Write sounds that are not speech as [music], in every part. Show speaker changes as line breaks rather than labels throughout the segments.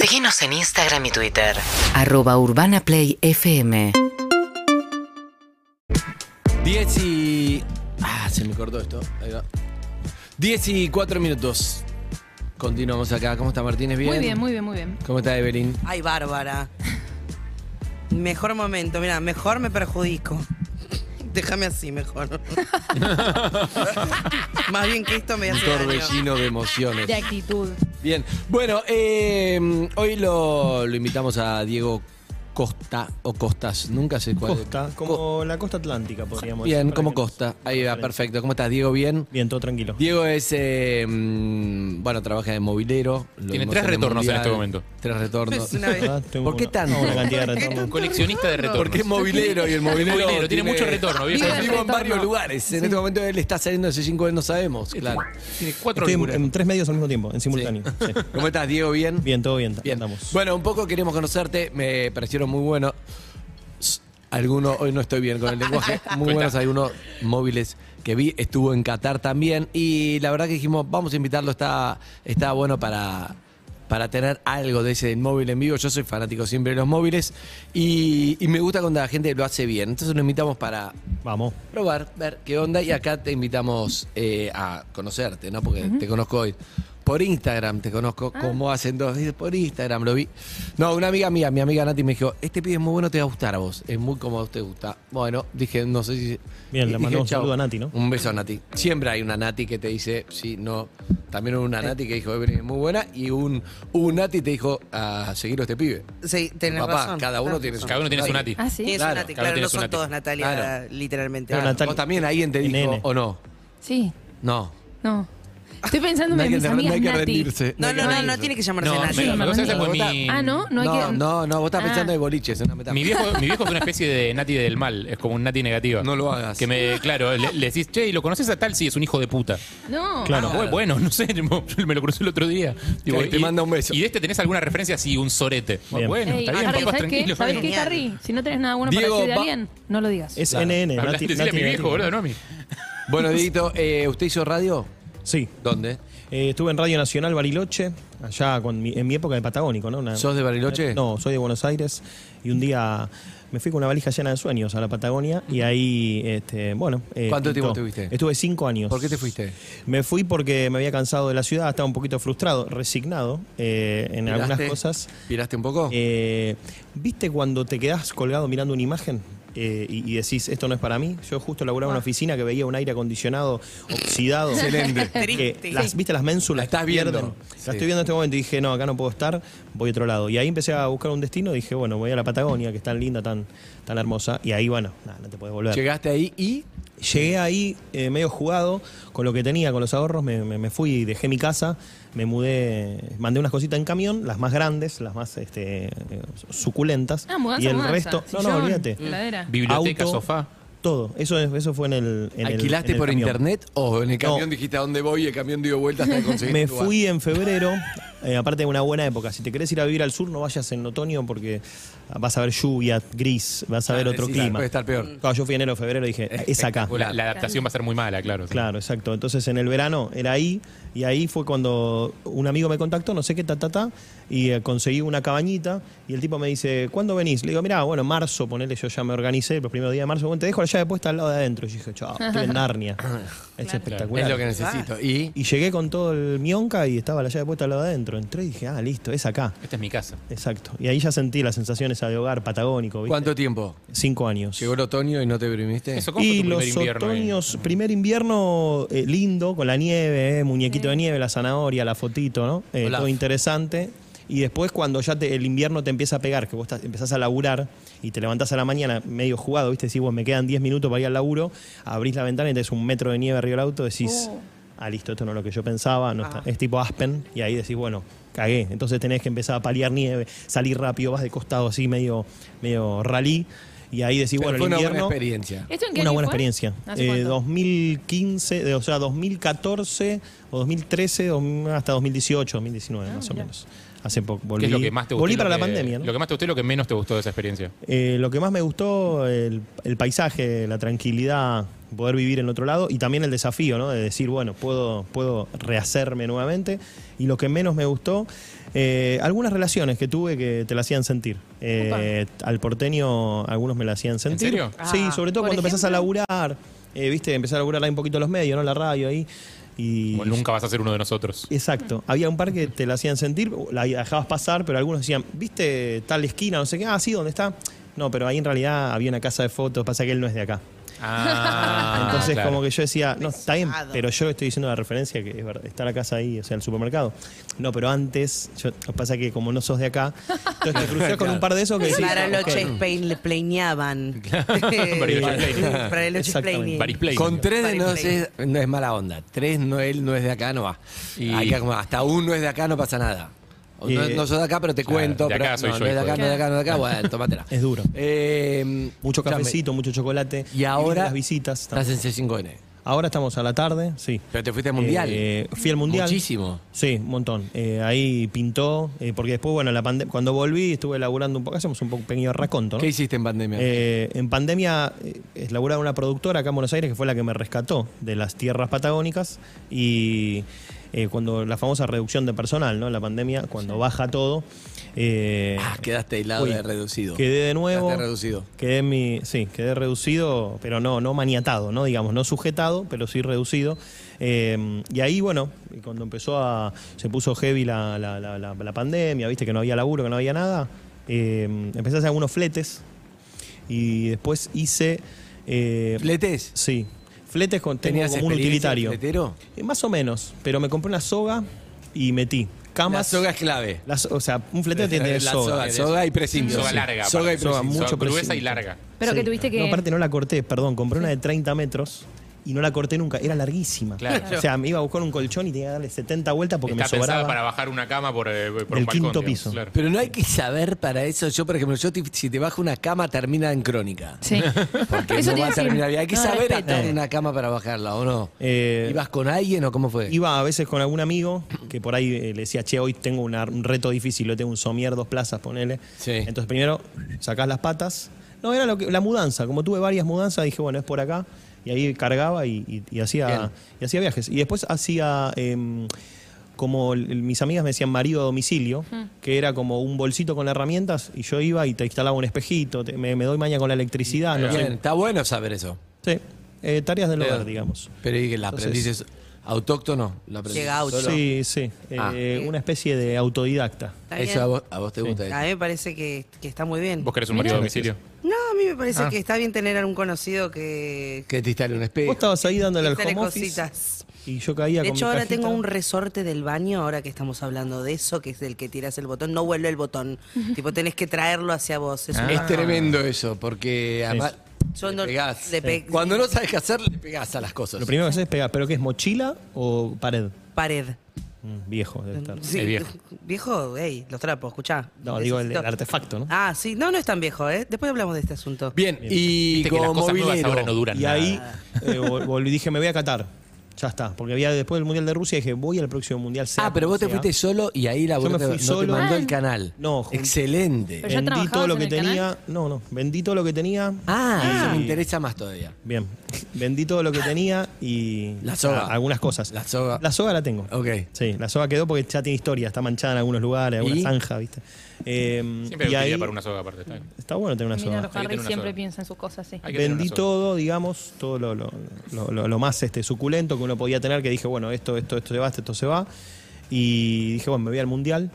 Seguinos en Instagram y Twitter.
Arroba Urbana Play FM
10 y. Ah, se me cortó esto. Ahí va. 10 y 4 minutos. Continuamos acá. ¿Cómo está Martínez? ¿Bien?
Muy bien, muy bien, muy bien.
¿Cómo está Evelyn?
Ay, Bárbara. Mejor momento, mira, mejor me perjudico. Déjame así mejor. Más bien que esto me
Un
hace daño.
torbellino de emociones.
De actitud.
Bien. Bueno, eh, hoy lo, lo invitamos a Diego Costa o Costas. Nunca sé cuál.
Costa, como la costa atlántica, podríamos decir.
Bien,
para
como
que nos-
Costa. Ahí va,
referencia.
perfecto. ¿Cómo estás, Diego? Bien.
Bien, todo tranquilo.
Diego es, eh, mm, bueno, trabaja de movilero. Lo
Tiene
vimos
tres
el
retornos en este momento.
Tres retornos.
Es una vez.
Ah, tengo
¿Por qué
una-
tanto?
Una cantidad de retornos.
Coleccionista de retornos.
Porque es movilero y
[laughs]
el movilero,
movilero, tiene mucho retorno, viejo.
Lo
Vive el
vimos en varios
retorno.
lugares. En este momento él está saliendo de C5, él no sabemos, claro.
Tiene cuatro
Estoy en,
locuras.
en tres medios al mismo tiempo, en simultáneo. Sí.
¿Cómo estás, Diego? ¿Bien?
Bien, todo bien,
Bien.
andamos.
Bueno, un poco queremos conocerte. Me parecieron muy buenos. Algunos, hoy no estoy bien con el
[laughs]
lenguaje. Muy
Cuenta.
buenos algunos móviles que vi. Estuvo en Qatar también. Y la verdad que dijimos, vamos a invitarlo. Está, está bueno para, para tener algo de ese móvil en vivo. Yo soy fanático siempre de los móviles. Y, y me gusta cuando la gente lo hace bien. Entonces lo invitamos para
Vamos.
probar, ver qué onda. Y acá te invitamos eh, a conocerte, ¿no? Porque te conozco hoy. Por Instagram te conozco, como hacen dos. Dice, Por Instagram lo vi. No, una amiga mía, mi amiga Nati, me dijo, este pibe es muy bueno, te va a gustar a vos. Es muy cómodo, te gusta. Bueno, dije, no sé si...
Bien, le
dije,
mandamos un
"Chau".
saludo a Nati, ¿no?
Un beso a Nati. Siempre hay una Nati que te dice, sí, no. También hubo una Nati que dijo, Evelyn es muy buena. Y un, un Nati te dijo, a seguir a este pibe.
Sí, tenés
Papá,
razón.
cada uno tiene su-
Cada uno tiene su nati.
Ah,
Tiene
sí.
su
Claro,
Nati,
cada
claro,
uno
no
tiene su
son
Nati.
todos Natalia,
Claro.
literalmente.
Claro, Natalia.
Vos también alguien te dijo,
NN.
o no.
Sí.
No.
No. Estoy pensando
No
en
hay que,
mis
no
amigas
hay que
Nati.
rendirse.
No, no, no, no
rendirse.
tiene que llamarse
No,
Nati.
me-
Sí,
lo que pasa es que
mamá
mi-
mía.
Ah, ¿no? No
No,
hay
no,
que.
no, vos estás
Ah.
pensando en boliches, eh, es una metáfora.
Mi viejo, mi viejo es una especie de nati del mal, es como un nati negativa.
No lo hagas.
Que me, claro, le, le decís, che, ¿y lo conoces a tal? Sí, es un hijo de puta.
No.
Claro.
Ah, bueno, bueno, no sé, [laughs] me lo crucé el otro día.
Claro, te manda un beso.
¿Y de este tenés alguna referencia? Sí, un sorete.
Bien.
Bueno,
Ey,
está bien,
Harry,
papá,
¿sabes qué?
tranquilo.
¿Sabes qué,
Genial.
Harry? Si no tenés nada bueno para
Diego,
decir de
va-
alguien, no lo digas.
Es
Claro.
NN,
Hablaste,
Nati,
decile a
Nati
mi viejo,
Negativo.
boludo, no a mí.
Bueno, Dieguito, eh, ¿usted hizo radio?
Sí.
¿Dónde?
Eh, estuve en Radio Nacional Bariloche, allá con mi- en mi época de Patagónico, ¿no? Una-
¿Sos de Bariloche?
No, soy de Buenos Aires. Y un día me fui con una valija llena de sueños a la Patagonia y ahí, este, bueno. eh,
¿Cuánto tiempo estuviste?
Estuve cinco años.
¿Por qué te fuiste?
Me fui porque me había cansado de la ciudad, estaba un poquito frustrado, resignado eh, en algunas
¿Piraste?
cosas.
¿Piraste un poco?
Eh, ¿Viste cuando te quedás colgado mirando una imagen? eh, y, y decís, esto no es para mí. Yo justo laburaba en una oficina que veía un aire acondicionado oxidado.
Excelente.
Que
Triste.
las, ¿Viste las
La
ménsulas?
estás viendo.
Pierden.
Sí.
La estoy viendo en este momento y dije, no, acá no puedo estar, voy a otro lado. Y ahí empecé a buscar un destino y dije, bueno, voy a la Patagonia, que es tan linda, tan, tan hermosa. Y ahí, bueno, nada, no te puedes volver.
Llegaste ahí y...
Llegué ahí eh, medio jugado con lo que tenía, con los ahorros, me, me- me fui, dejé mi casa, me mudé, mandé unas cositas en camión, las más grandes, las más este, eh, suculentas.
Ah, mudanza,
y el
mudanza.
resto, no, no,
Sillón,
olvídate.
heladera.
Biblioteca,
Auto,
sofá.
Todo, eso, es- eso fue en el... en el-
¿Alquilaste
en el
por
camión.
internet o en el
No.
camión dijiste a dónde voy y el camión dio vuelta hasta conseguir
Me
un lugar?
fui en febrero, eh, aparte de una buena época. Si te querés ir a vivir al sur, no vayas en otoño porque vas a ver lluvia, gris, vas a ver
Ah,
otro
sí,
clima.
Puede estar peor.
Cuando yo fui enero, febrero, dije, es
Ah,
acá.
La, la adaptación va a ser muy mala, claro. sí.
Claro, exacto. Entonces en el verano era ahí y ahí fue cuando un amigo me contactó, no sé qué, ta, ta, ta, y eh, conseguí una cabañita y el tipo me dice, ¿cuándo venís? Le digo, mirá, bueno, marzo, ponele, yo ya me organicé, los primeros días de marzo, bueno, te dejo la llave puesta al lado de adentro. Y yo dije, chao,
[laughs]
estoy en Narnia. es espectacular.
Es lo que
Ah.
necesito. Y...
Y llegué con todo el mionca y estaba la llave puesta al lado de adentro. Entré y dije, ah, listo, es acá.
Esta es mi casa.
Exacto. Y ahí ya sentí las sensaciones de hogar patagónico. ¿viste?
¿Cuánto tiempo?
Cinco años.
¿Llegó el otoño y no te deprimiste?
Eso, ¿cómo fue
Y
tu primer
los
invierno ahí?
otoños, primer invierno eh, lindo, con la nieve, eh, muñequito de nieve, la zanahoria, la fotito, ¿no? Eh,
Olaf.
todo interesante. Y después cuando ya te- el invierno te empieza a pegar, que vos estás- empezás a laburar y te levantás a la mañana medio jugado, ¿viste? Decís, bueno, me quedan 10 minutos para ir al laburo, abrís la ventana y tenés un metro de nieve arriba del auto, decís,
Oh.
ah, listo, esto no es lo que yo pensaba, no está- es tipo Aspen, y ahí decís, bueno, cagué. Entonces tenés que empezar a paliar nieve, salir rápido, vas de costado así, medio, medio rally, y ahí decís,
Pero
bueno, el
fue una buena
invierno...
experiencia.
¿Esto en qué
Una
año
buena
fue?
experiencia.
¿Hace
Eh,
cuánto?
2015, de- o sea, 2014 o 2013 o m- hasta 2018, 2019
Ah,
más o menos. Hace poco volví.
¿Qué es lo que más te gustó?
volví
y lo
para la
que-
pandemia, ¿no?
Lo que más te gustó y lo que menos te gustó de esa experiencia.
Eh, lo que más me gustó, el, el paisaje, la tranquilidad, poder vivir en otro lado y también el desafío, ¿no? De decir, bueno, puedo, puedo rehacerme nuevamente. Y lo que menos me gustó, eh, algunas relaciones que tuve que te la hacían sentir. Eh, al porteño algunos me la hacían sentir.
serio?
Sí,
Ah,
sobre todo
¿por
cuando empezás a laburar, eh, viste, empezás a laburar ahí un poquito los medios, ¿no? La radio ahí. Y
Como nunca vas a ser uno de nosotros.
Exacto. Había un par que te la hacían sentir, la dejabas pasar, pero algunos decían, ¿viste tal esquina? No sé qué. Ah, sí, ¿dónde está? No, pero ahí en realidad había una casa de fotos, pasa que él no es de acá. [laughs]
Ah,
Entonces,
claro.
como que yo decía, no, está bien,
Pesado.
pero yo estoy diciendo la referencia que es verdad, está la casa ahí, o sea, el supermercado. No, pero antes, yo, pasa que como no sos de acá, entonces te
[laughs]
crucé con un par de esos que decís,
Para los
ok,
Spain le planeaban. [laughs]
Bariloche
Para los
Exactamente.
Spain.
Baris Play.
Con tres de
Play,
no
play.
es, no es mala onda. Tres no él no es de acá, no va.
Y-
Hay que acomodar. hasta un no es de acá, no pasa nada. O no,
Y-
no sos de acá, pero te
Claro,
cuento.
de acá
pero,
soy
no,
yo,
no es de
hijo
acá,
de-
no es de acá, no es de acá. Bueno,
[laughs]
tómatela.
Es duro.
Eh,
mucho
escuchame,
cafecito, mucho chocolate.
Y ahora
las visitas.
Estás en C5N.
Ahora estamos a la tarde, sí.
Pero te fuiste al mundial.
Eh, fui al mundial.
Muchísimo.
Sí, un montón. Eh, ahí pintó, eh, porque después, bueno, la pande- cuando volví estuve laburando un poco, hacemos un po- pequeño raconto, ¿no?
¿Qué hiciste en pandemia?
Eh, en pandemia eh, laburaba una productora acá en Buenos Aires que fue la que me rescató de las tierras patagónicas y eh, cuando la famosa reducción de personal, ¿no? La pandemia, cuando baja todo. eh,
ah, quedaste aislado
uy,
de reducido.
Quedé de nuevo.
Quedaste reducido.
Quedé en mi. Sí, quedé reducido, pero no, no maniatado, ¿no? Digamos, no sujetado, pero sí reducido. Eh, y ahí, bueno, y cuando empezó a. se puso heavy la, la- la- la- la pandemia, viste que no había laburo, que no había nada. eh, empecé a hacer algunos fletes. Y después hice. eh,
¿Fletes?
Sí. Fletes con tengo
¿Tenías
como un
experiencia de
utilitario.
fletero?
Eh, Más o menos, pero me compré una soga y metí.
La
Camas.
soga es clave.
la so- o sea, un flete tiene que tener
la
soga.
soga, soga y precinto.
Soga
Sí.
larga.
Soga y
aparte.
Soga,
precinto.
mucho
Soga gruesa
precinto.
y larga.
Pero que tuviste que-
No, aparte no la corté, perdón, compré una de 30 metros y no la corté nunca, era larguísima.
Claro.
O sea, me iba a buscar un colchón y tenía que darle 70 vueltas porque
Está
me
pensada
sobraba.
para bajar una cama por, eh,
Del
por un balcón.
quinto
digamos,
piso.
claro.
Pero no hay que saber para eso. Yo, por ejemplo, yo te- si te bajo una cama, termina en crónica.
Sí.
Porque
Eso
no
te iba
va a
decir.
terminar bien. Hay que
No,
saber
respeto.
atar una cama para bajarla, ¿o no?
Eh,
¿Ibas con alguien o cómo fue?
Iba a veces con algún amigo que por ahí eh, le decía, che, hoy tengo una- un reto difícil, hoy tengo un somier, dos plazas, ponele.
Sí.
Entonces primero sacás las patas. No, era lo que, la mudanza. Como tuve varias mudanzas, dije, bueno, es por acá. Y ahí cargaba y, y- y
Bien.
hacía, y hacía viajes. Y después hacía, em, como el- el- mis amigas me decían marido a domicilio, que era como un bolsito con herramientas y yo iba y te instalaba un espejito, te- me, me doy maña con la electricidad. No
Bien,
sé.
está bueno saber eso.
Sí, eh, tareas del hogar,
Bien.
digamos.
Pero ¿y que la
Entonces-
aprendices autóctono? ¿La aprendiste
Llega auto.
solo?
Sí, sí.
Ah.
eh, una especie de autodidacta.
Está bien.
Eso a vos, a vos te gusta. eso.
A mí me parece que, que está muy bien.
¿Vos querés un marido a domicilio?
No, a mí me parece que está bien tener a un conocido que
Que te instale un espejo.
Vos estabas ahí dándole al
instale
home office
cositas.
y yo caía
De
con mi
hecho, ahora
cajita.
tengo un resorte del baño, ahora que estamos hablando de eso, que es del que tiras el botón, no vuelve el botón. tipo, tenés que traerlo hacia vos.
Ah.
Es
Ah.
Este
Es tremendo eso, porque además
Yo
le
no-
pegás.
le pe-
Cuando no sabes qué hacer, le pegás a las cosas.
Lo primero que haces es pegar, pero ¿qué es mochila o pared?
una pared.
Mm, viejo debe estar.
Sí,
Es viejo.
Viejo, ey, los trapos, escuchá.
No, digo el, el
Necesito-
artefacto, ¿no?
Ah, sí, no, no es tan viejo, ¿eh? Después hablamos de este asunto.
Bien, y
Viste que las
como
cosas nuevas
mobilero.
ahora no duran
y
nada.
ahí eh, vol- volví y dije, me voy a Qatar. Ya está, porque había después del Mundial de Rusia dije, voy al próximo Mundial. sea
Ah, pero
como
vos te
sea.
fuiste solo y ahí la
Yo
no
me fui
te
solo.
mandó
Ah.
el canal.
No, jun-
Excelente.
Pero ya
Vendí todo
trabajabas
lo que
en el
tenía. No, no, vendí todo lo que tenía.
Ah, eso me interesa más todavía.
Bien, [laughs] vendí todo lo que tenía y
La soga.
a- algunas cosas.
La soga.
La soga la tengo.
Ok.
Sí, la soga quedó porque ya tiene historia, está manchada en algunos lugares, alguna
¿Y?
zanja, ¿viste? Eh,
Siempre hay
y
utilidad
ahí-
para una soga aparte. está bien.
Está bueno tener una
Mira,
soga.
los
Hay que tener
Harry
una
siempre
sola.
piensan sus cosas así.
Hay que tener una
Vendí
soga.
todo, digamos, todo lo, lo- lo- lo- lo más este, suculento que uno podía tener, que dije, bueno, esto, esto, esto se va, esto se va. Y dije, bueno, me voy al mundial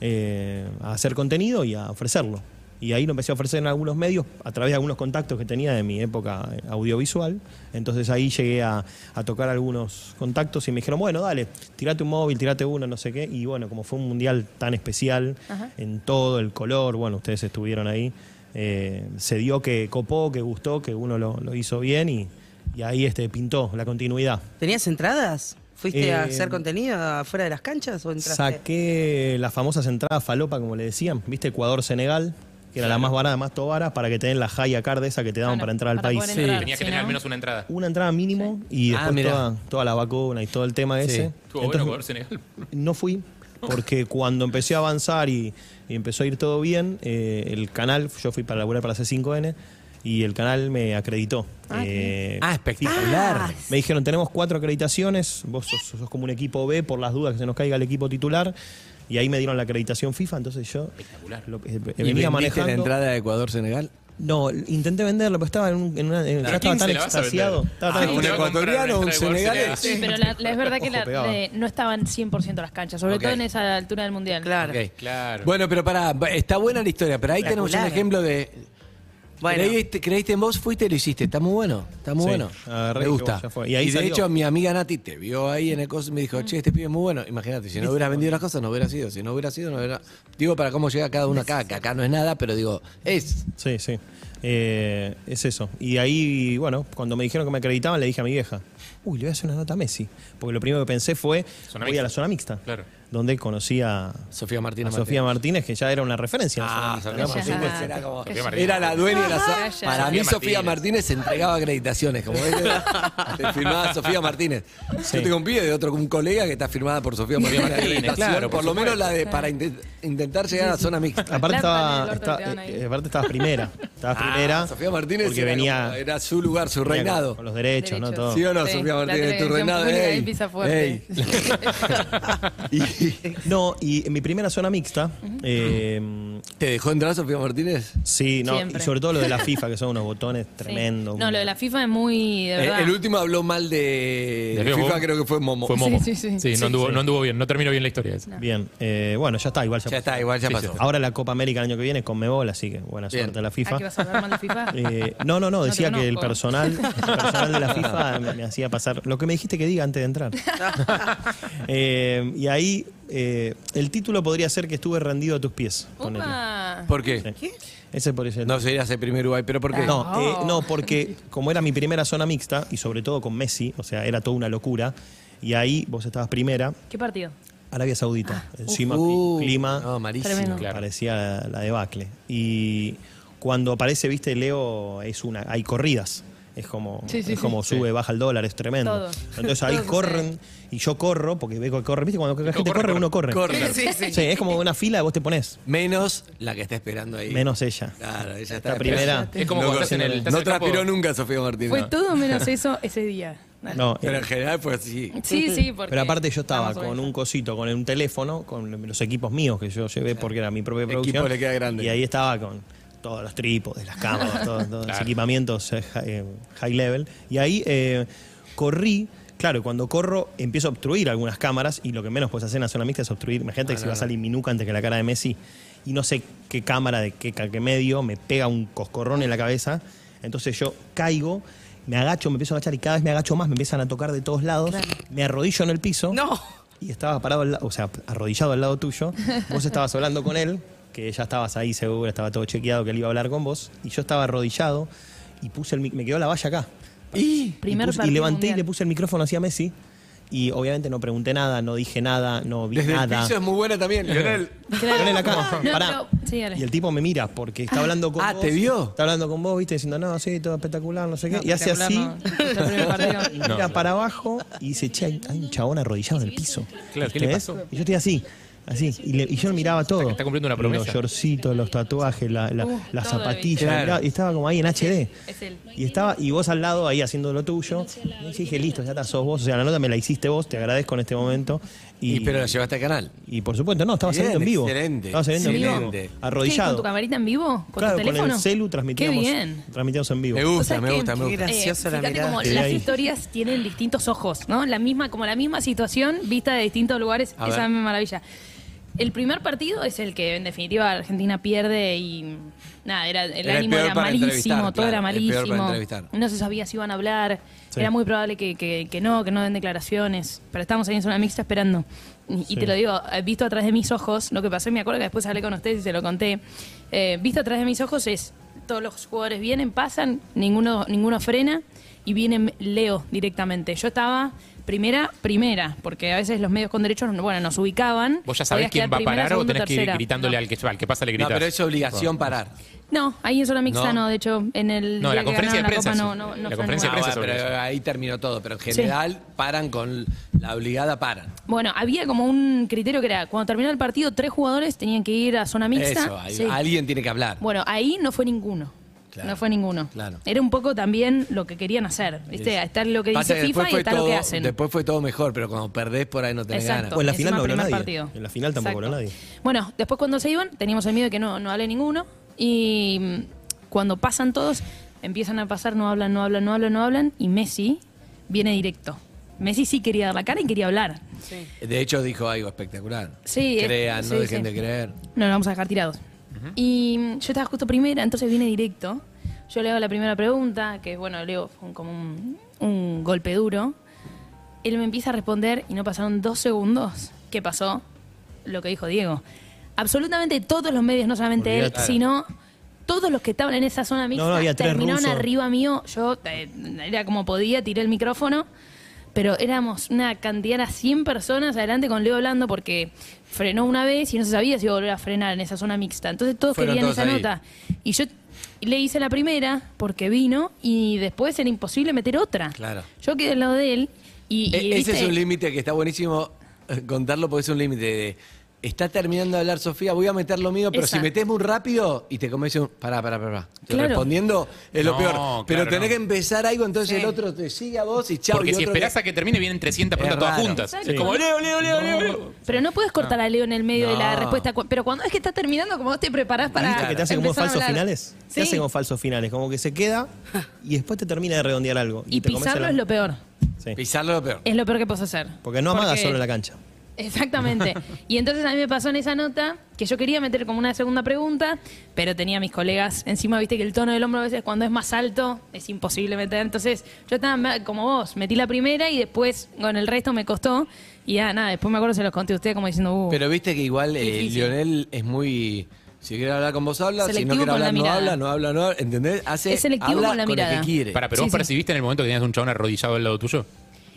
eh, a hacer contenido y a ofrecerlo. Y ahí lo empecé a ofrecer en algunos medios a través de algunos contactos que tenía de mi época eh, audiovisual. Entonces ahí llegué a, a tocar algunos contactos y me dijeron, bueno, dale, tirate un móvil, tirate uno, no sé qué. Y bueno, como fue un mundial tan especial en todo, el color, bueno, ustedes estuvieron ahí. Eh, se dio que copó, que gustó, que uno lo, lo hizo bien y, y ahí este, pintó la continuidad.
¿Tenías entradas? ¿Fuiste a
Eh,
hacer contenido afuera de las canchas o entraste?
Saqué las famosas entradas falopa, como le decían, viste, Ecuador-Senegal, que era la más barata, más tobará, para que tengan la haya card esa que te daban
Claro,
para entrar al
para
país.
poder entrar.
Tenías que
Sí,
tener
¿no?
al menos una entrada.
Una entrada mínimo
Ah,
y después
mirá.
toda, toda la vacuna y todo el tema ese.
Estuvo
Entonces,
bueno jugador Senegal.
Eh,
No fui, porque cuando empecé a avanzar y, y empezó a ir todo bien, eh, el canal, yo fui para laburar para C5N, y el canal me acreditó.
Ah,
Eh,
Ah, espectacular.
Ah,
me dijeron, tenemos cuatro acreditaciones, vos sos, sos como un equipo B por las dudas que se nos caiga el equipo titular. Y ahí me dieron la acreditación FIFA, entonces yo lo- eh,
¿Y
venía
vendiste
manejando.
la entrada de Ecuador-Senegal?
No, intenté venderlo, pero estaba en, un- en una- en-
¿A
ya estaba
quién
tan
se la vas a
extasiado.
vender?
estaba
Ah,
tan
un
te va a comprar
ecuatoriano,
una
un
entrada de
senegalés.
Senegal.
pero la, la- es verdad que
Ojo,
la-
pegaba.
eh, no estaban 100% las canchas, sobre
Ok.
todo en esa altura del mundial.
Claro.
Ok.
Claro.
Bueno, pero pará, ba- está buena la historia, pero ahí tenemos un
Espectacular.
ejemplo de.
Bueno.
Creíste, creíste en vos, fuiste y lo hiciste. Está muy bueno, está muy
Sí,
bueno.
agarré
Me
y
gusta.
ya fue.
Y,
Y ahí
de
salió.
hecho, mi amiga Nati te vio ahí en el coso y me
Mm.
dijo, che, este pibe es muy bueno. Imagínate, si no hubieras vendido las cosas, no hubiera sido. Si no hubiera sido, no hubiera. Digo, para cómo llega cada uno acá, que acá no es nada, pero digo, es.
Sí, sí. Eh, es eso. Y ahí, bueno, cuando me dijeron que me acreditaban, le dije a mi vieja, uy, le voy a hacer una nota a Messi. Porque lo primero que pensé fue,
Zona
voy
mixta.
a la zona mixta.
Claro.
Donde conocí a,
Sofía
a
Martínez.
Sofía Martínez, que ya era una referencia. en la
Ah,
zona mixta.
Sofía
Ella
Martínez
Martínez.
era como-
Sofía
Martínez.
era la dueña de la
Ella.
sala. Para mí
Sofía
Sofía
Martínez.
Martínez entregaba acreditaciones, como ves, te firmaba Sofía Martínez.
Sí.
Yo tengo un pibe de otro un colega que está firmada por Sofía Martínez.
Martínez,
Acreditación,
claro,
por,
por
lo menos la de para inte- intentar llegar a la zona mixta.
Aparte
La pana
estaba,
del orto
estaba-
que te dan ahí.
eh, aparte estabas primera. Estabas primera.
Ah, Sofía Martínez
porque
era,
venía,
como- era su lugar, su
venía con-
reinado.
Con los derechos, ¿no?
Derechos.
Todo.
¿Sí o no,
Sí,
Sofía
la
Martínez? Tu
televisión
reinado.
pública
Ey,
ahí pisa fuerte.
ey. Y-
No, y en mi primera zona mixta, eh,
¿Te dejó entrar Sofía Martínez?
sí, no,
Siempre.
y sobre todo lo de la FIFA, que son unos botones tremendos.
Sí. No, lo de la FIFA es muy. De
Eh,
verdad.
El último habló mal de,
De
de
Bobo.
FIFA, creo que fue Momo.
Fue Momo.
Sí, sí, sí.
no, anduvo, no anduvo bien, no terminó bien la historia. esa.
Ah.
Bien, eh, bueno, ya está, igual ya,
Ya
pasó.
está, igual ya
Sí,
pasó.
sí.
Ahora la Copa América el año que viene es con Mebol, así que buena
Bien.
suerte a la
¿Ah,
FIFA.
que vas a hablar mal de FIFA?
[laughs] Eh, no, no, no,
te
decía que el
conozco. [laughs]
personal, el personal de la FIFA me, me hacía pasar lo que me dijiste que diga antes
[laughs]
de entrar. Eh, y ahí eh, el título podría ser que estuve rendido a tus pies. ponele.
Upa.
¿Por qué?
Sí. Ese podría ser el
No serías el primer Uruguay, pero ¿por qué?
No,
Oh.
eh, no, porque como era mi primera zona mixta, y sobre todo con Messi, o sea, era toda una locura, y ahí vos estabas primera,
¿Qué partido?
Arabia Saudita,
Ah,
encima
Uh,
clima,
No, malísimo.
Tremendo.
Claro.
parecía la, la debacle. Y cuando aparece, viste, Leo, es una, hay corridas. Es como,
Sí, sí,
es
sí.
como sube, baja el dólar, es tremendo.
Todo.
Entonces ahí
Todo sucede.
corren, y yo corro, porque veo que corre, viste, cuando la gente
corre,
corre,
corre.
uno corre.
Corner.
Sí, sí.
Sí, es como una fila, vos te pones,
Menos la que está esperando ahí.
menos ella.
Claro, ella está.
La primera.
Es como cuando estás en el. estás
No
en el campo-
transpiró nunca Sofía Martínez.
Fue todo
[laughs]
menos eso ese día. Dale.
No, eh,
Pero en general fue así.
Sí, sí, porque.
Pero aparte yo estaba
Vamos a ver.
con un cosito, con un teléfono, con los equipos míos que yo llevé porque era mi propia
El
producción.
equipo le queda grande.
Y ahí estaba con todos los trípodes, las cámaras, todos, todos los
Claro.
equipamientos eh, hi- eh, high level. Y ahí eh, corrí. Claro, cuando corro empiezo a obstruir algunas cámaras y lo que menos puedes hacer en la zona mixta es obstruir. Imagínate que se va a salir mi nuca antes que la cara de Messi y no sé qué cámara de qué, qué medio me pega un coscorrón en la cabeza. Entonces yo caigo, me agacho, me empiezo a agachar y cada vez me agacho más, me empiezan a tocar de todos lados, me arrodillo en el piso.
No.
Y estabas parado, al la- o sea, arrodillado al lado tuyo. Vos estabas hablando con él, que ya estabas ahí seguro, estaba todo chequeado que él iba a hablar con vos. Y yo estaba arrodillado y puse el, mic- me quedó la valla acá.
Y
Primer
y, puse- y
partido
levanté
mundial.
y le puse el micrófono hacia Messi. Y obviamente no pregunté nada, no dije nada, no vi
desde el
nada.
piso es muy buena también. Lionel.
Claro.
Ponele la cámara,
No,
pará.
no, sí, dale.
Y el tipo me mira porque está hablando con
Ah,
vos.
¿te vio?
Está hablando con vos, viste, diciendo, no, sí, todo espectacular, no sé qué. y hace
Espectacular,
así,
no. Es el primer
[laughs]
partido.
mira para abajo y dice, che, hay, hay un chabón arrodillado en el piso.
Claro, ¿qué le
¿Entendés?
pasó?
Y yo estoy así, así. Y, le- y yo miraba todo.
está cumpliendo una promesa.
Los shortcitos, los tatuajes, la- la-
Uh,
las
todo lo
zapatillas.
viste.
miraba, y estaba como ahí en HD.
Es él.
Y estaba, y vos al lado ahí haciendo lo tuyo. Y yo dije, listo, ya está, sos vos. O sea, la nota me la hiciste vos, te agradezco en este momento. Y,
Y pero la llevaste al canal.
y por supuesto, no, estaba
Bien,
saliendo en vivo.
excelente,
Estaba saliendo en
excelente.
vivo.
¿Qué, ¿Con tu
Arrodillado.
camarita en vivo? ¿Con
claro,
tu
con
teléfono?
el celu transmitíamos,
Qué bien.
transmitíamos en vivo.
Me
O
gusta,
sea
me
que-
gusta, me gusta.
Mira. Graciosa la
Eh, fíjate
mirada.
como
Sí,
las
ahí.
historias tienen distintos ojos, ¿no? La misma, como la misma situación vista de distintos lugares,
A
esa
ver.
es maravilla. El primer partido es el que en definitiva Argentina pierde y nada, era, el
Era el
ánimo
peor
era
para entrevistar,
malísimo, todo
claro,
era
el peor para
malísimo.
entrevistar.
No se sabía si iban a hablar,
Sí.
era muy probable que, que- que no, que no den declaraciones, pero estamos ahí en zona mixta esperando. Y, y te lo digo, eh, visto atrás de mis ojos, lo que pasó, y me acuerdo que después hablé con ustedes y se lo conté, eh, visto atrás de mis ojos es, todos los jugadores vienen, pasan, ninguno, ninguno frena y viene Leo directamente. Yo estaba primera, primera, porque a veces los medios con derechos, bueno, nos ubicaban.
¿Vos ya
sabías
sabés quién va a parar o tenés que ir gritándole al que, al que pasa le
No,
gritas?
pero es obligación parar.
No, ahí en zona mixta
No.
no, de hecho, en el...
No,
día
la
que
conferencia
ganaron
de
la
prensa
Copa
es-
no- no-
la
no
conferencia
frenaban.
de prensa
Ah,
sobre
pero
eso.
ahí terminó todo. Pero en general paran con la obligada paran.
Bueno, había como un criterio que era, cuando terminaba el partido, tres jugadores tenían que ir a zona mixta.
Eso, ahí-
Sí.
alguien tiene que hablar.
Bueno, ahí no fue ninguno.
Claro.
No fue ninguno.
Claro.
Era un poco también lo que querían hacer. ¿viste? Está lo que
Pasa
dice
que después
FIFA y
fue
está lo
todo-
que hacen.
Después fue todo mejor, pero cuando perdés por ahí no tenés
Exacto.
ganas.
Bueno, en la final
Encima
no habló
primer
nadie.
partido.
En la final tampoco habló nadie.
Bueno, después cuando se iban, teníamos el miedo de que no, no hable ninguno. Y mm, cuando pasan todos, empiezan a pasar, no hablan, no hablan, no hablan, no hablan. Y Messi viene directo. Messi sí quería dar la cara y quería hablar.
De hecho, dijo algo espectacular.
Sí, es-
Crean, no
sí,
dejen
sí.
de creer.
No, lo vamos a dejar tirados. Y mm, yo estaba justo primera, entonces viene directo. Yo le hago la primera pregunta, que bueno, le hago un- como un, un golpe duro. Él me empieza a responder y no pasaron dos segundos. ¿Qué pasó? Lo que dijo Diego. Absolutamente todos los medios, no solamente él,
Olvídate.
sino todos los que estaban en esa zona mixta,
No, no, había tres
terminaron
rusos.
arriba mío. Yo eh, era como podía, tiré el micrófono pero éramos una cantidad, a 100 personas adelante con Leo hablando porque frenó una vez y no se sabía si iba a volver a frenar en esa zona mixta. Entonces todos
Fueron
querían
todos
esa
ahí.
nota. Y yo le hice la primera porque vino y después era imposible meter otra.
Claro.
Yo quedé al lado de él y... y,
E- ese es
¿viste?
un límite que está buenísimo eh, contarlo porque es un límite de. Está terminando de hablar Sofía, voy a meter lo mío, pero
Exacto.
si metes muy rápido y te comes un. Pará, pará, pará. Estoy
Claro.
Respondiendo es lo
No,
peor.
claro,
Pero tenés
no.
que empezar algo, entonces
Sí.
el otro te sigue a vos y chao.
Porque
y
si
otro
esperás
que-
a que termine, vienen 300
Es
preguntas todas
raro.
juntas.
Exacto.
Es como, leo, leo, leo, leo, leo.
Pero no puedes cortar a Leo en el medio de la
No.
respuesta. cu- Pero cuando es que está terminando, como vos te preparás para...
¿Viste que te hace como
empezar a
falsos
hablar.
finales?
Sí.
Te hace como falsos finales, como que se
[laughs]
queda y después te termina de redondear algo.
y
te comes
pisarlo
la-
es lo peor.
Sí.
Pisarlo lo peor.
Es lo peor que puedes hacer.
Porque no amaga
Porque-
solo la cancha.
[laughs]
Exactamente. Y entonces a mí me pasó en esa nota que yo quería meter como una segunda pregunta, pero tenía a mis colegas encima, viste que el tono del hombro a veces cuando es más alto es imposible meter. Entonces yo estaba ma- como vos, metí la primera y después con el resto me costó. Y ya, nada, después me acuerdo se los conté a ustedes como diciendo, uh,
Pero viste que igual eh,
Difícil.
Lionel es muy. Si quiere hablar con vos, habla.
Selectivo
si no quiere
con la
hablar, no
mirada.
habla, no habla, no habla. ¿Entendés? Hace,
Es selectivo
habla
con la
el
mirada.
que quiere.
Pará, pero
Sí,
vos
sí.
percibiste en el momento que tenías un chabón arrodillado al lado tuyo.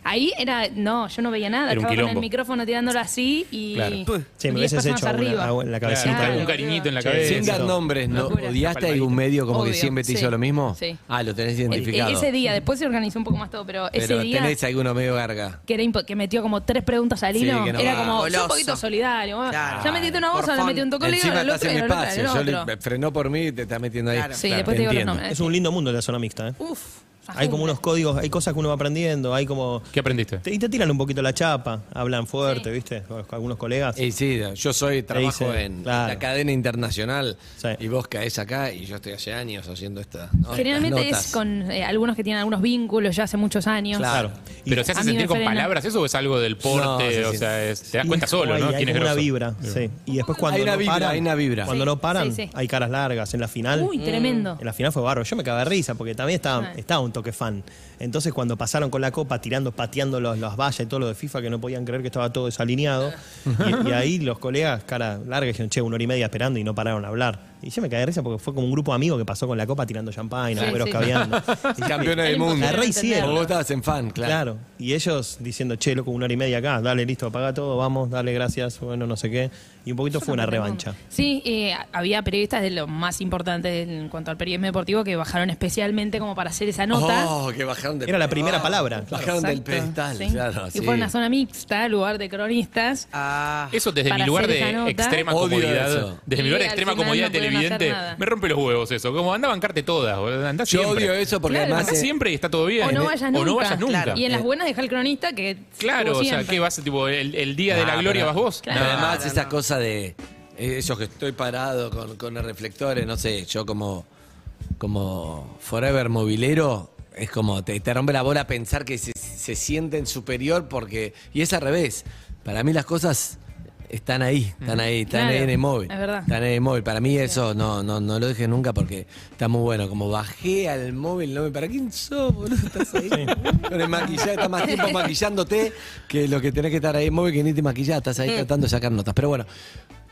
ahí era, no, yo no veía nada,
Era un
estaba con el
quilombo.
micrófono tirándolo así y...
Claro. Sí,
diez
Sí, me hubieses
personas
hecho una,
arriba.
agua en la cabecita.
Claro.
un
algo.
cariñito en la
Sí.
cabeza.
Sin dar
Eso.
nombres, ¿no?
Locura.
¿odiaste
Una
algún
palmadita.
medio como que
Obvio,
siempre te
sí.
hizo lo mismo?
Sí.
Ah, lo tenés
El- e,
identificado.
ese día, después se organizó un poco más todo, pero,
pero
ese día...
tenés alguno medio garga.
que, era impo- que metió como tres preguntas al
Sí,
hilo,
que no
era
va.
como, yo
Goloso.
un poquito solidario. bueno,
Claro.
Ya metiste una voz,
Por
ahora
fan.
metí un tocoleo,
Encima
el
estás
otro,
en mi
el otro, el
espacio. Yo le-
otro.
me frenó por mí y te estás metiendo ahí.
Claro.
Ah, Sí, después te digo los
entiendo.
nombres.
Es un lindo mundo la zona mixta, ¿eh?
Uf,
Hay como unos códigos, hay cosas que uno va aprendiendo, hay como...
¿Qué aprendiste?
Te- y te tiran un poquito la chapa, hablan fuerte, ¿viste? Con Algunos colegas.
Y sí, yo soy, trabajo
dice,
en
claro.
la cadena internacional
Sí.
y vos caes acá y yo estoy hace años haciendo esta. ¿no?
Generalmente
Estas notas.
es con eh, algunos que tienen algunos vínculos ya hace muchos años.
Claro. Y-
¿Pero se hace
A mí me
sentir con
frena.
palabras eso o es algo del porte?
No, sí,
o
sí.
sea, es- te das
y
cuenta
es
solo,
como ahí,
¿no?
Hay,
¿Quién es
como una
grosso?
vibra, sí. Y después cuando
Hay una
no
vibra,
paran,
hay una vibra.
Cuando
Sí,
no paran,
sí, sí.
hay caras largas. En la final...
Uy, tremendo.
En la final fue barro. Yo me cagaba de risa porque también estaba,
Ah.
estaba un toque fan. Entonces, cuando pasaron con la copa, tirando, pateando los- las vallas y todo lo de FIFA, que no podían creer que estaba todo desalineado. y, y ahí los colegas, cara larga, dijeron, che, una hora y media esperando y no pararon a hablar. Y yo me caí de risa porque fue como un grupo de amigos que pasó con la copa tirando champán,
Sí,
agüeros
sí. [laughs]
caviando. Y-
Campeones del
El
mundo.
La re hicieron.
Vos estabas en fan,
Claro.
claro.
Y ellos diciendo, che, loco, una hora y media acá, dale, listo, apaga todo, vamos, dale, gracias, bueno, no sé qué. Y un poquito fue una revancha.
Sí, eh, había periodistas de lo más importante en cuanto al periodismo deportivo que bajaron especialmente como para hacer esa nota.
Oh, que bajaron de-
Era la primera
Ah,
palabra.
Bajaron del
Exacto,
pedestal,
sí.
claro.
Y
sí.
fue una zona mixta, lugar de cronistas.
Ah,
Eso desde
Para
mi lugar
hacer
de
esa nota.
extrema
Odio
comodidad.
eso.
Desde mi
Y
lugar de
al
extrema
final
comodidad
no
de
pudieron hacer
televidente.
nada.
Me rompe los huevos eso. Como anda a bancarte todas, boludo. Andá
Yo
siempre.
odio eso porque
Claro.
además.
Andá
eh,
siempre y está todo bien.
O no vayas nunca.
O no vayas nunca.
Claro.
Y en las buenas deja el cronista que...
Claro,
estuvo
o sea,
siempre.
¿qué vas? Tipo, el, el día de la
Ah,
gloria
pero-
vas vos.
pero Además, esa cosa de. eh, Eso que estoy parado con, con los reflectores, no sé, yo como. Como forever movilero, es como te, te rompe la bola pensar que se, se sienten superior porque. Y es al revés. Para mí las cosas. Están ahí, están ahí, están
Claro,
ahí en el móvil.
es verdad.
Están en el móvil. Para mí eso no, no, no lo dije nunca porque está muy bueno. Como bajé al móvil, no me. ¿Para quién sos, boludo? Estás ahí. Con el maquillaje, estás más tiempo maquillándote que lo que tenés que estar ahí en móvil que ni te maquillás, estás
Mm.
ahí tratando de sacar notas. Pero bueno.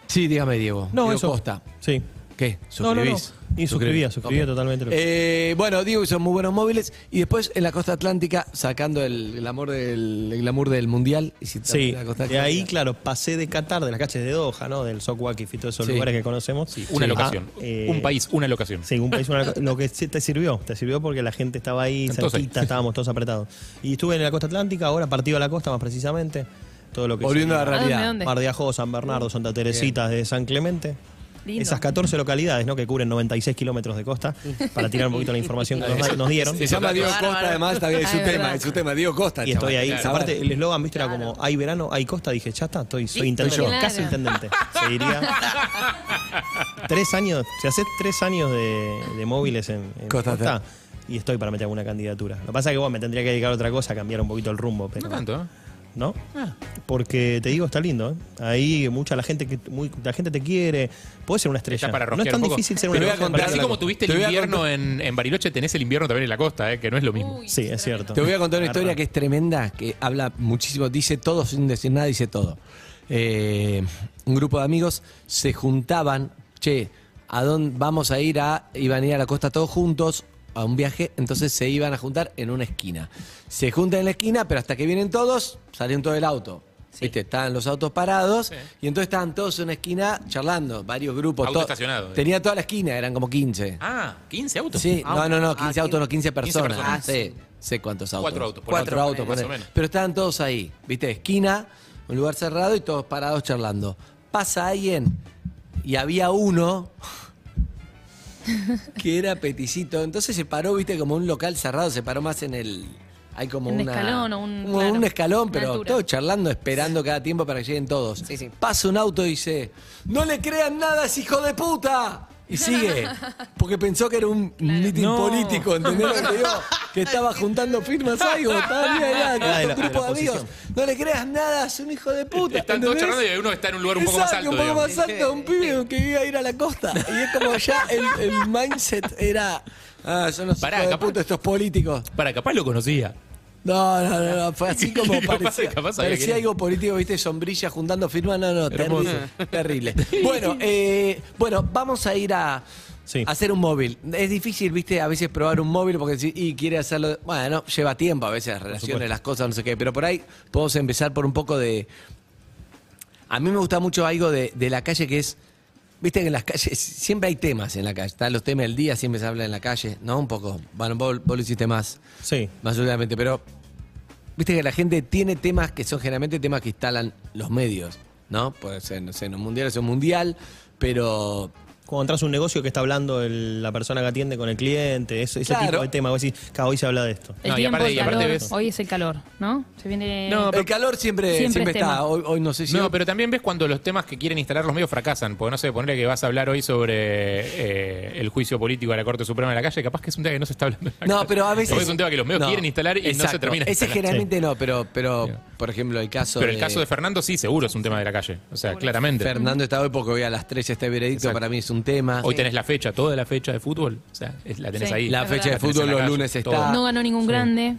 Sí, dígame, Diego.
No,
Diego
eso.
Costa.
Sí.
¿Qué?
No, no, no.
¿Suscribís?
Y suscribía,
¿Suscribís?
suscribía
Ok.
totalmente lo
Eh, bueno, Diego hizo muy buenos móviles. Y después en la costa atlántica, sacando el glamour del, el glamour del mundial. hiciste
Sí,
la costa
de ahí,
atlántica.
claro, pasé de Qatar, de las calles de Doha, ¿no? Del Sokwakif y todos esos
Sí.
lugares que conocemos.
Una
Sí.
locación.
Ah, eh,
un país, una locación.
Sí, un país, una loca- lo que sí te sirvió, te sirvió porque la gente estaba ahí
Entonces.
cerquita, estábamos todos apretados. Y estuve en la costa atlántica, ahora partido a la costa más precisamente, todo lo que
Volviendo a la
sería
¿A
realidad.
Ah, dónde?
Mar de Ajó, San Bernardo, Santa Teresita, de San Clemente.
Lindo.
esas 14 localidades, ¿no? Que cubren 96 kilómetros de costa, para tirar un poquito la información
[laughs]
que nos, nos dieron.
Se llama Diego
Bárbaro.
Costa, además, está bien, es su
Ah, es
tema,
verdad.
es su tema, Diego Costa.
Y estoy
Ah, chaval.
ahí.
Claro.
Aparte, el eslogan, viste, era como, hay verano, hay costa. Dije, ya está, estoy, soy
Listo,
intendente,
claro.
casi intendente. Se diría. tres años, se hace tres años de, de móviles en, en
Costa,
costa.
está.
y estoy para meter alguna candidatura. Lo que pasa es que bueno, me tendría que dedicar a otra cosa, a cambiar un poquito el rumbo, pero.
No tanto, ¿eh?
¿no?
Ah.
Porque te digo, está lindo, ¿eh? Ahí mucha la gente que muy, la gente te quiere. Puede ser una estrella.
Está para
no es
rosquear
tan
un poco.
difícil ser
Te
una
voy a
estrella.
Pero así
Contar-
como tuviste
te
el
voy a
invierno en, en Bariloche, tenés el invierno también en la costa, ¿eh? que no es lo mismo.
Uy,
Sí, es cierto.
Te voy a contar una
Garpa.
historia que es tremenda, que habla muchísimo, dice todo sin decir nada, dice todo. Eh, un grupo de amigos se juntaban, che, ¿a dónde vamos a ir a, iban a ir a la costa todos juntos a un viaje? Entonces se iban a juntar en una esquina. Se juntan en la esquina, pero hasta que vienen todos, salen todo del auto. ¿Viste? Estaban los autos parados y entonces estaban todos en una esquina charlando, varios grupos.
Auto
todo-
estacionado, eh.
Tenía toda la esquina, eran como 15.
Ah, 15 autos.
Sí, no, no, no, 15
Ah,
autos, no, 15
15
personas.
personas.
Ah, sí, sé cuántos autos.
Cuatro autos, por
Cuatro
ahí.
autos,
Más
por
o
ahí.
menos.
Pero estaban todos ahí, ¿viste? Esquina, un lugar cerrado y todos parados charlando. Pasa alguien y había
[laughs]
uno que era peticito. Entonces se paró, ¿viste? Como un local cerrado, se paró más en el. Hay como
Un
una-
escalón o un-
como
claro,
un escalón,
una
pero
altura.
todos charlando, esperando cada tiempo para que lleguen todos.
Sí, sí.
Pasa un auto y dice, no le crean nada a ese hijo de puta. Y sigue, porque pensó que era un mitin
No.
político, ¿entendés lo
[laughs]
que te digo? Que estaba juntando firmas algo,
Ah,
estaba ahí, ahí,
Era de
con
la-
un grupo
de
de,
la
amigos. No le creas nada, es un hijo de puta.
Están todos
¿entendés?
charlando y uno está en un lugar un poco más
Exacto,
alto.
Un poco
digamos.
más alto, un pibe que iba a ir a la costa. Y es como ya el, el mindset era, ah, son los
Pará,
hijos de
capaz-
puta estos políticos.
Para, capaz lo conocía.
No, no, no, no, fue así como
[laughs] Capaz-
parecía,
capaz sabía
parecía
quién
algo político, viste, sombrilla juntando firmas, no, no, terrible,
Hermoso.
terrible.
[laughs]
Bueno, eh, bueno, vamos a ir a
Sí.
a hacer un móvil. Es difícil, viste, a veces probar un móvil porque si- y quiere hacerlo, bueno, lleva tiempo a veces las relaciones,
supuesto.
las cosas, no sé qué, pero por ahí podemos empezar por un poco de, a mí me gusta mucho algo de, de la calle que es. Viste que en las calles siempre hay temas en la calle. Están los temas del día, siempre se habla en la calle, ¿no? Un poco. Bueno, vos, vos lo hiciste más.
Sí.
Más seguramente, pero. Viste que la gente tiene temas que son generalmente temas que instalan los medios, ¿no? Puede ser, no sé, en un mundial es un mundial, pero.
Cuando entras a un negocio que está hablando el- la persona que atiende con el cliente, ese, ese
Claro.
tipo de tema, vos decís, "Claro, hoy se habla de esto.
El
No, y
tiempo,
aparte-
el
y aparte
calor.
ves-
Hoy es el calor, ¿no? Se viene.
el calor siempre,
Eh. Siempre
siempre,
es
está.
tema.
Hoy, hoy no sé si.
No, pero también ves cuando los temas que quieren instalar los medios fracasan. Porque no sé, ponerle que vas a hablar hoy sobre eh, el juicio político de la Corte Suprema de la calle, capaz que es un tema que no se está hablando. en la
No,
calle.
pero a
O
veces.
Es un tema que los medios
No,
quieren instalar y no se
exacto.
termina.
Ese
instalando.
generalmente no, pero, pero
Yeah.
por ejemplo, el caso.
Pero el caso de Fernando sí, seguro es un tema de la calle. O sea, claramente.
Fernando está hoy porque hoy a las 13 este veredicto,
Exacto.
para mí es un tema.
Hoy tenés la fecha, toda la fecha de fútbol. O sea, es- la tenés
Sí.
ahí.
La fecha de
tenés en
fútbol
la
los
calle,
lunes
todo.
está.
No ganó ningún grande.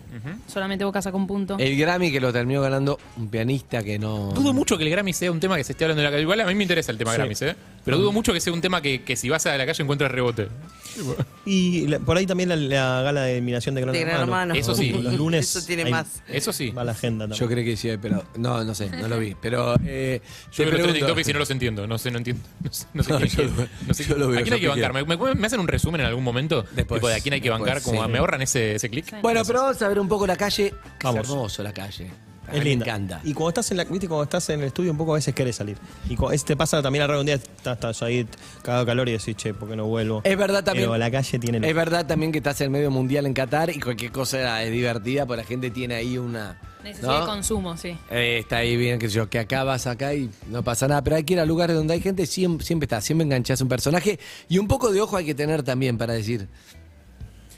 Solamente Boca sacó un punto.
El Grammy que lo terminó ganando un pianista que no.
Dudo mucho que el Grammy sea un tema que se esté hablando en la calle. Igual a mí me interesa el tema
Sí.
Grammys, ¿eh? Pero
Mm.
dudo mucho que sea un tema que, que si vas a la calle encuentres rebote.
Y la- por ahí también la, la gala de eliminación de Gran,
De Gran Hermano.
Eso sí.
Los lunes.
Eso tiene
ahí
más.
Eso sí.
Va la agenda también.
Yo creo que sí, pero no, no sé, no lo vi. Pero eh, te
Yo veo los trending
pregunto-
topics y no los entiendo. No sé, no entiendo. [laughs] No sé, no sé
No,
quién
yo-
es. No sé
yo lo veo,
quién- ¿A quién
yo
hay que
me quedo.
bancar? ¿Me, me- me hacen un resumen en algún momento?
Después,
tipo, de a quién hay que
después,
bancar. como
sí.
¿Me ahorran ese, ese clic?
Bueno, pero vamos a ver un poco la calle. que
Vamos.
Es hermoso la calle. A mí
Es
me
linda.
encanta.
Y cuando estás en la, viste, cuando estás en el estudio un poco a veces querés salir. Y cu- es- te pasa también al radio un día, estás, estás ahí cagado de calor y decís, che, ¿por qué no vuelvo?
Es verdad también.
Pero la calle tiene
Es verdad también que estás en el medio mundial en Qatar y cualquier cosa es divertida, porque la gente tiene ahí una.
Necesidad
¿no?
de consumo, sí.
Eh, está ahí bien, que yo, que acabas acá y no pasa nada. Pero hay que ir a lugares donde hay gente, siempre, siempre está, siempre enganchás un personaje. Y un poco de ojo hay que tener también para decir,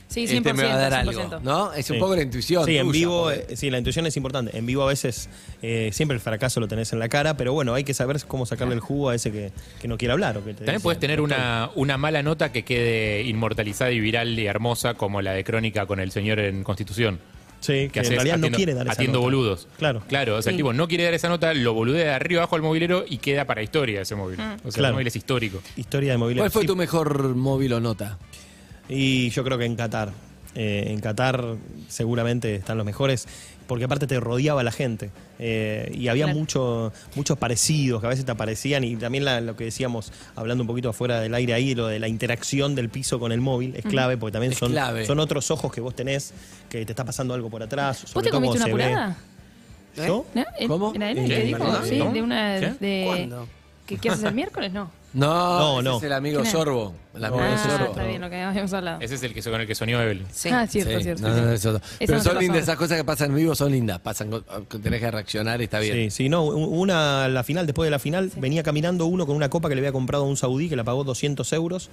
Sí, 100%.
este me va a dar algo,
100%.
¿no? Es un
Sí.
poco la intuición
Sí, en
tuya,
vivo,
porque-
eh, sí, la intuición es importante. En vivo a veces eh, siempre el fracaso lo tenés en la cara, pero bueno, hay que saber cómo sacarle el jugo a ese que, que no quiere hablar. O que te
También
dice,
puedes tener una, una mala nota que quede inmortalizada y viral y hermosa como la de Crónica con el señor en Constitución.
Sí, que,
Que haces
en realidad
atiendo-
no quiere dar esa
Atiendo
nota.
boludos.
Claro.
Claro, o sea, el tipo no quiere dar esa nota, lo boludea de arriba abajo al mobilero y queda para historia ese móvil. O sea, el
Claro.
móvil es histórico.
Historia de movilidad.
¿Cuál fue tu mejor móvil o nota?
Y yo creo que en Qatar. Eh, en Qatar seguramente están los mejores, porque aparte te rodeaba la gente. Eh, y había
Claro.
mucho- muchos parecidos que a veces te aparecían. Y también la- lo que decíamos, hablando un poquito afuera del aire ahí, lo de la interacción del piso con el móvil es clave, porque también
Es
son,
clave.
son otros ojos que vos tenés, que te está pasando algo por atrás.
¿Vos
sobre
te
todo
comiste una
cuando se ve.
apurada?
¿Eh?
¿Yo?
¿No? ¿En-
¿Cómo?
¿En la aire
¿Qué?
te dijo?
¿Perdón?
Sí,
¿Cómo?
de una.
¿Qué?
De,
¿Cuándo?
¿Que, ¿Qué haces el miércoles? No.
No,
No,
ese
no.
es el amigo
¿Quién es?
Sorbo. El amigo
ah,
de Sorbo.
está bien, lo que habíamos hablado.
Ese es el que con el que soñó Evelyn.
Sí.
Ah, cierto,
Sí,
cierto.
no, no,
sí.
no, eso no.
Eso
Pero
no te
son
pasó.
lindas, esas cosas que pasan en vivo son lindas. Pasan, con- tenés que reaccionar y está bien.
Sí, sí, no, u- una, la final, después de la final, venía caminando uno con una copa que le había comprado a un saudí que la pagó 200 euros.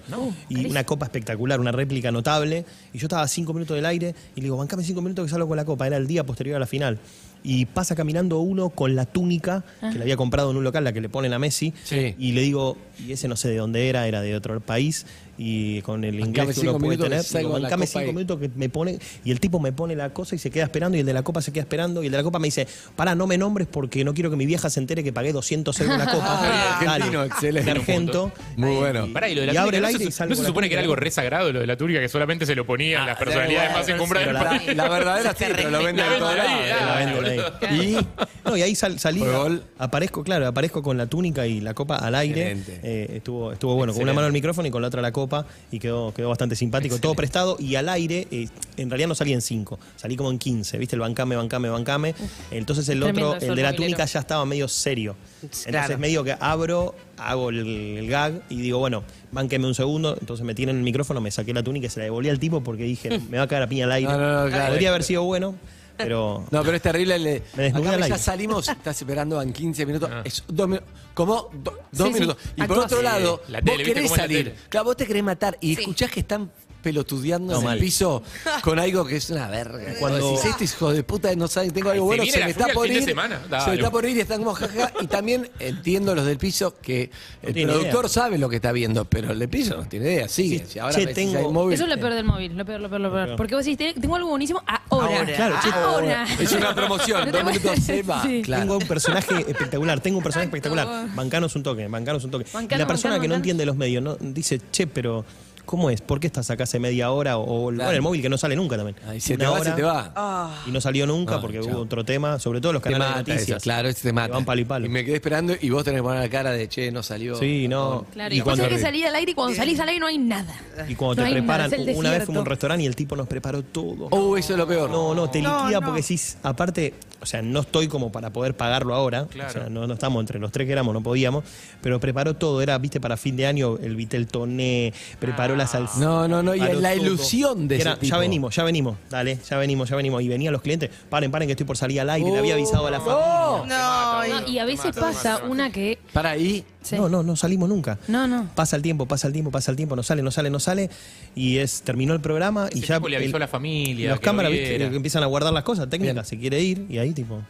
y una copa espectacular, una réplica notable. Y yo estaba a cinco minutos del aire y le digo, bancame cinco minutos que salgo con la copa. Era el día posterior a la final. Y pasa caminando uno con la túnica que le había comprado en un local, la que le ponen a Messi.
Sí.
Y le digo, y ese no sé de dónde era, era de otro país. Y con el
Bancame
inglés que
cinco
uno puede
minutos que
tener,
salgo
digo,
con la
bancame
copa
cinco
y-
minutos minuto que me pone y el tipo me pone la cosa y se queda esperando y el de la copa se queda esperando y el de la copa me dice, pará, no me nombres porque no quiero que mi vieja se entere que pagué 200 euros la
[laughs]
copa.
Ah, bien, argentino,
Dale.
excelente.
Argento.
Muy bueno.
Pará, y lo de la
Y
túnica,
abre el
¿no
aire
se-
y salgo
¿No se
con la
supone que era
túnica.
algo resagrado lo de la túnica que solamente se lo ponían las personalidades más encumbradas del
Pero
país?
La, la verdadera sí, pero lo venden
La
en todos
venden ahí,
lados.
ah,
La venden ahí.
Y
No, y ahí sal- salí,
Fue gol.
aparezco, claro, aparezco con la túnica y la copa al aire.
Excelente.
Eh, estuvo, estuvo bueno, con una
Excelente.
mano el micrófono y con la otra la copa y quedó, quedó bastante simpático, todo prestado y al aire, eh, en realidad no salí en 5, salí como en 15, ¿viste? El bancame, bancame, bancame. Entonces el
Tremendo
otro,
eso,
el de
el
la
movilero.
túnica ya estaba medio serio. Entonces
Claro.
medio que abro, hago el, el gag y digo, bueno, banqueme un segundo, entonces me tienen el micrófono, me saqué la túnica y se la devolví al tipo porque dije, me va a caer a piña al aire.
[laughs] No, no, no, claro.
Podría haber sido bueno, pero...
No, pero es terrible. Le,
Me desnudé
acá
al
ya
aire.
salimos, estás esperando en 15 minutos.
Ah.
Es dos minu- como do- dos
Sí, Ah, sí,
minutos. Y por
actúa.
otro lado,
Sí, la
vos
tele, ¿viste
querés
cómo es la
salir.
tele?
Claro, vos te querés matar y escuchás que están pelotudeando
No,
en el
mal.
piso con algo que es una verga. Cuando
[laughs] Cuando-
decís esto, hijo de puta, no saben, tengo algo
Ay, se
bueno,
viene
se
la
me
furia
está
el
por
fin de
ir.
semana.
Se me
Dale.
está por ir y están como jaja. Y también entiendo los del piso que el
tiene
productor
idea.
sabe lo que está viendo, pero el del piso no tiene idea. Sigue.
Sí,
Si ahora
che,
me decís,
tengo-
hay un móvil.
Eso es lo peor del móvil, lo peor, lo peor, lo peor. Porque vos decís, "Ten- tengo algo buenísimo ahora.
Ahora,
claro, che,
ahora.
Es [laughs] una promoción,
[laughs] No
dos
te
minutos
puedes-
se va.
Sí.
Claro.
Tengo un
[laughs]
personaje espectacular, tengo un personaje
Exacto.
espectacular. Bancanos un toque, bancanos un toque. Y
Bancanos,
la persona
bancanos,
que no
bancanos.
entiende los medios no dice, che, pero ¿cómo es? ¿Por qué estás acá hace media hora? O, o el-
Claro.
bueno, el móvil que no sale nunca también.
Ay, se
Una
te va,
hora
se te va.
Y no salió nunca
Ah,
porque
chao.
hubo otro tema, sobre todo los
Te
canales de
mata
noticias.
eso, claro, ese te mata.
Que van palo y palo.
me quedé esperando y vos tenés que poner la cara de che, no salió.
Sí, no.
Claro,
Y
y, vos
cuando-
tenés que salir al aire y cuando salís al aire no hay nada.
Y cuando
No
te
hay nada,
preparan,
es el
una vez
desierto.
fuimos a un restaurante y el tipo nos preparó todo.
Oh, eso es lo peor.
No, no, te liquida porque decís, aparte, o sea, no estoy como para poder pagarlo ahora. O sea, no, no estamos entre los tres que éramos, no podíamos. Pero preparó todo, era, viste, para fin de año el vitel toné, preparó
Ah.
la salsa.
No, no, no, y
preparó
la
todo.
ilusión de ese tipo.
Ya venimos, ya venimos, dale, ya venimos, ya venimos. Y venían los clientes, paren, paren que estoy por salir al aire, le había avisado
Uh,
a la
Oh.
familia.
No, y-
No, y a veces pasa una que.
Para ahí.
sí.
No, no, no salimos nunca.
No, no.
Pasa el tiempo, pasa el tiempo, pasa el tiempo, no sale, no sale, no sale. Y es, terminó el programa y
Ese
ya.
tipo le avisó
el-
a la familia.
Los
que lo
cámaras, viste,
viera.
que empiezan a guardar las cosas técnicas, se quiere ir y ahí tipo.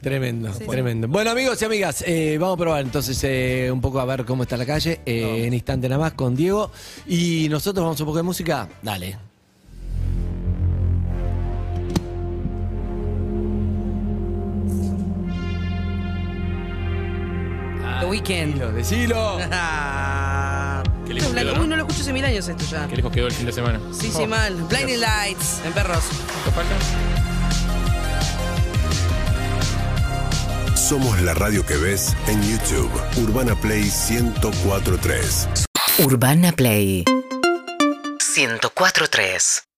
Tremendo, tremendo. Bueno, amigos y amigas, eh, vamos a probar entonces eh, un poco a ver cómo está la calle. eh, En instante nada más con Diego. Y nosotros vamos a un poco de música. Dale.
The Weeknd.
Decilo.
Ah. [laughs]
Qué
Esto
lindo,
es blanco.
¿no?
Uy, no lo escucho hace mil años esto ya.
Qué lejos quedó el fin de semana.
Sí, sí, mal. Blinding Lights en perros.
¿Cuánto falta?
Somos la radio que ves en YouTube. Urbana Play 1043.
Urbana Play
1043.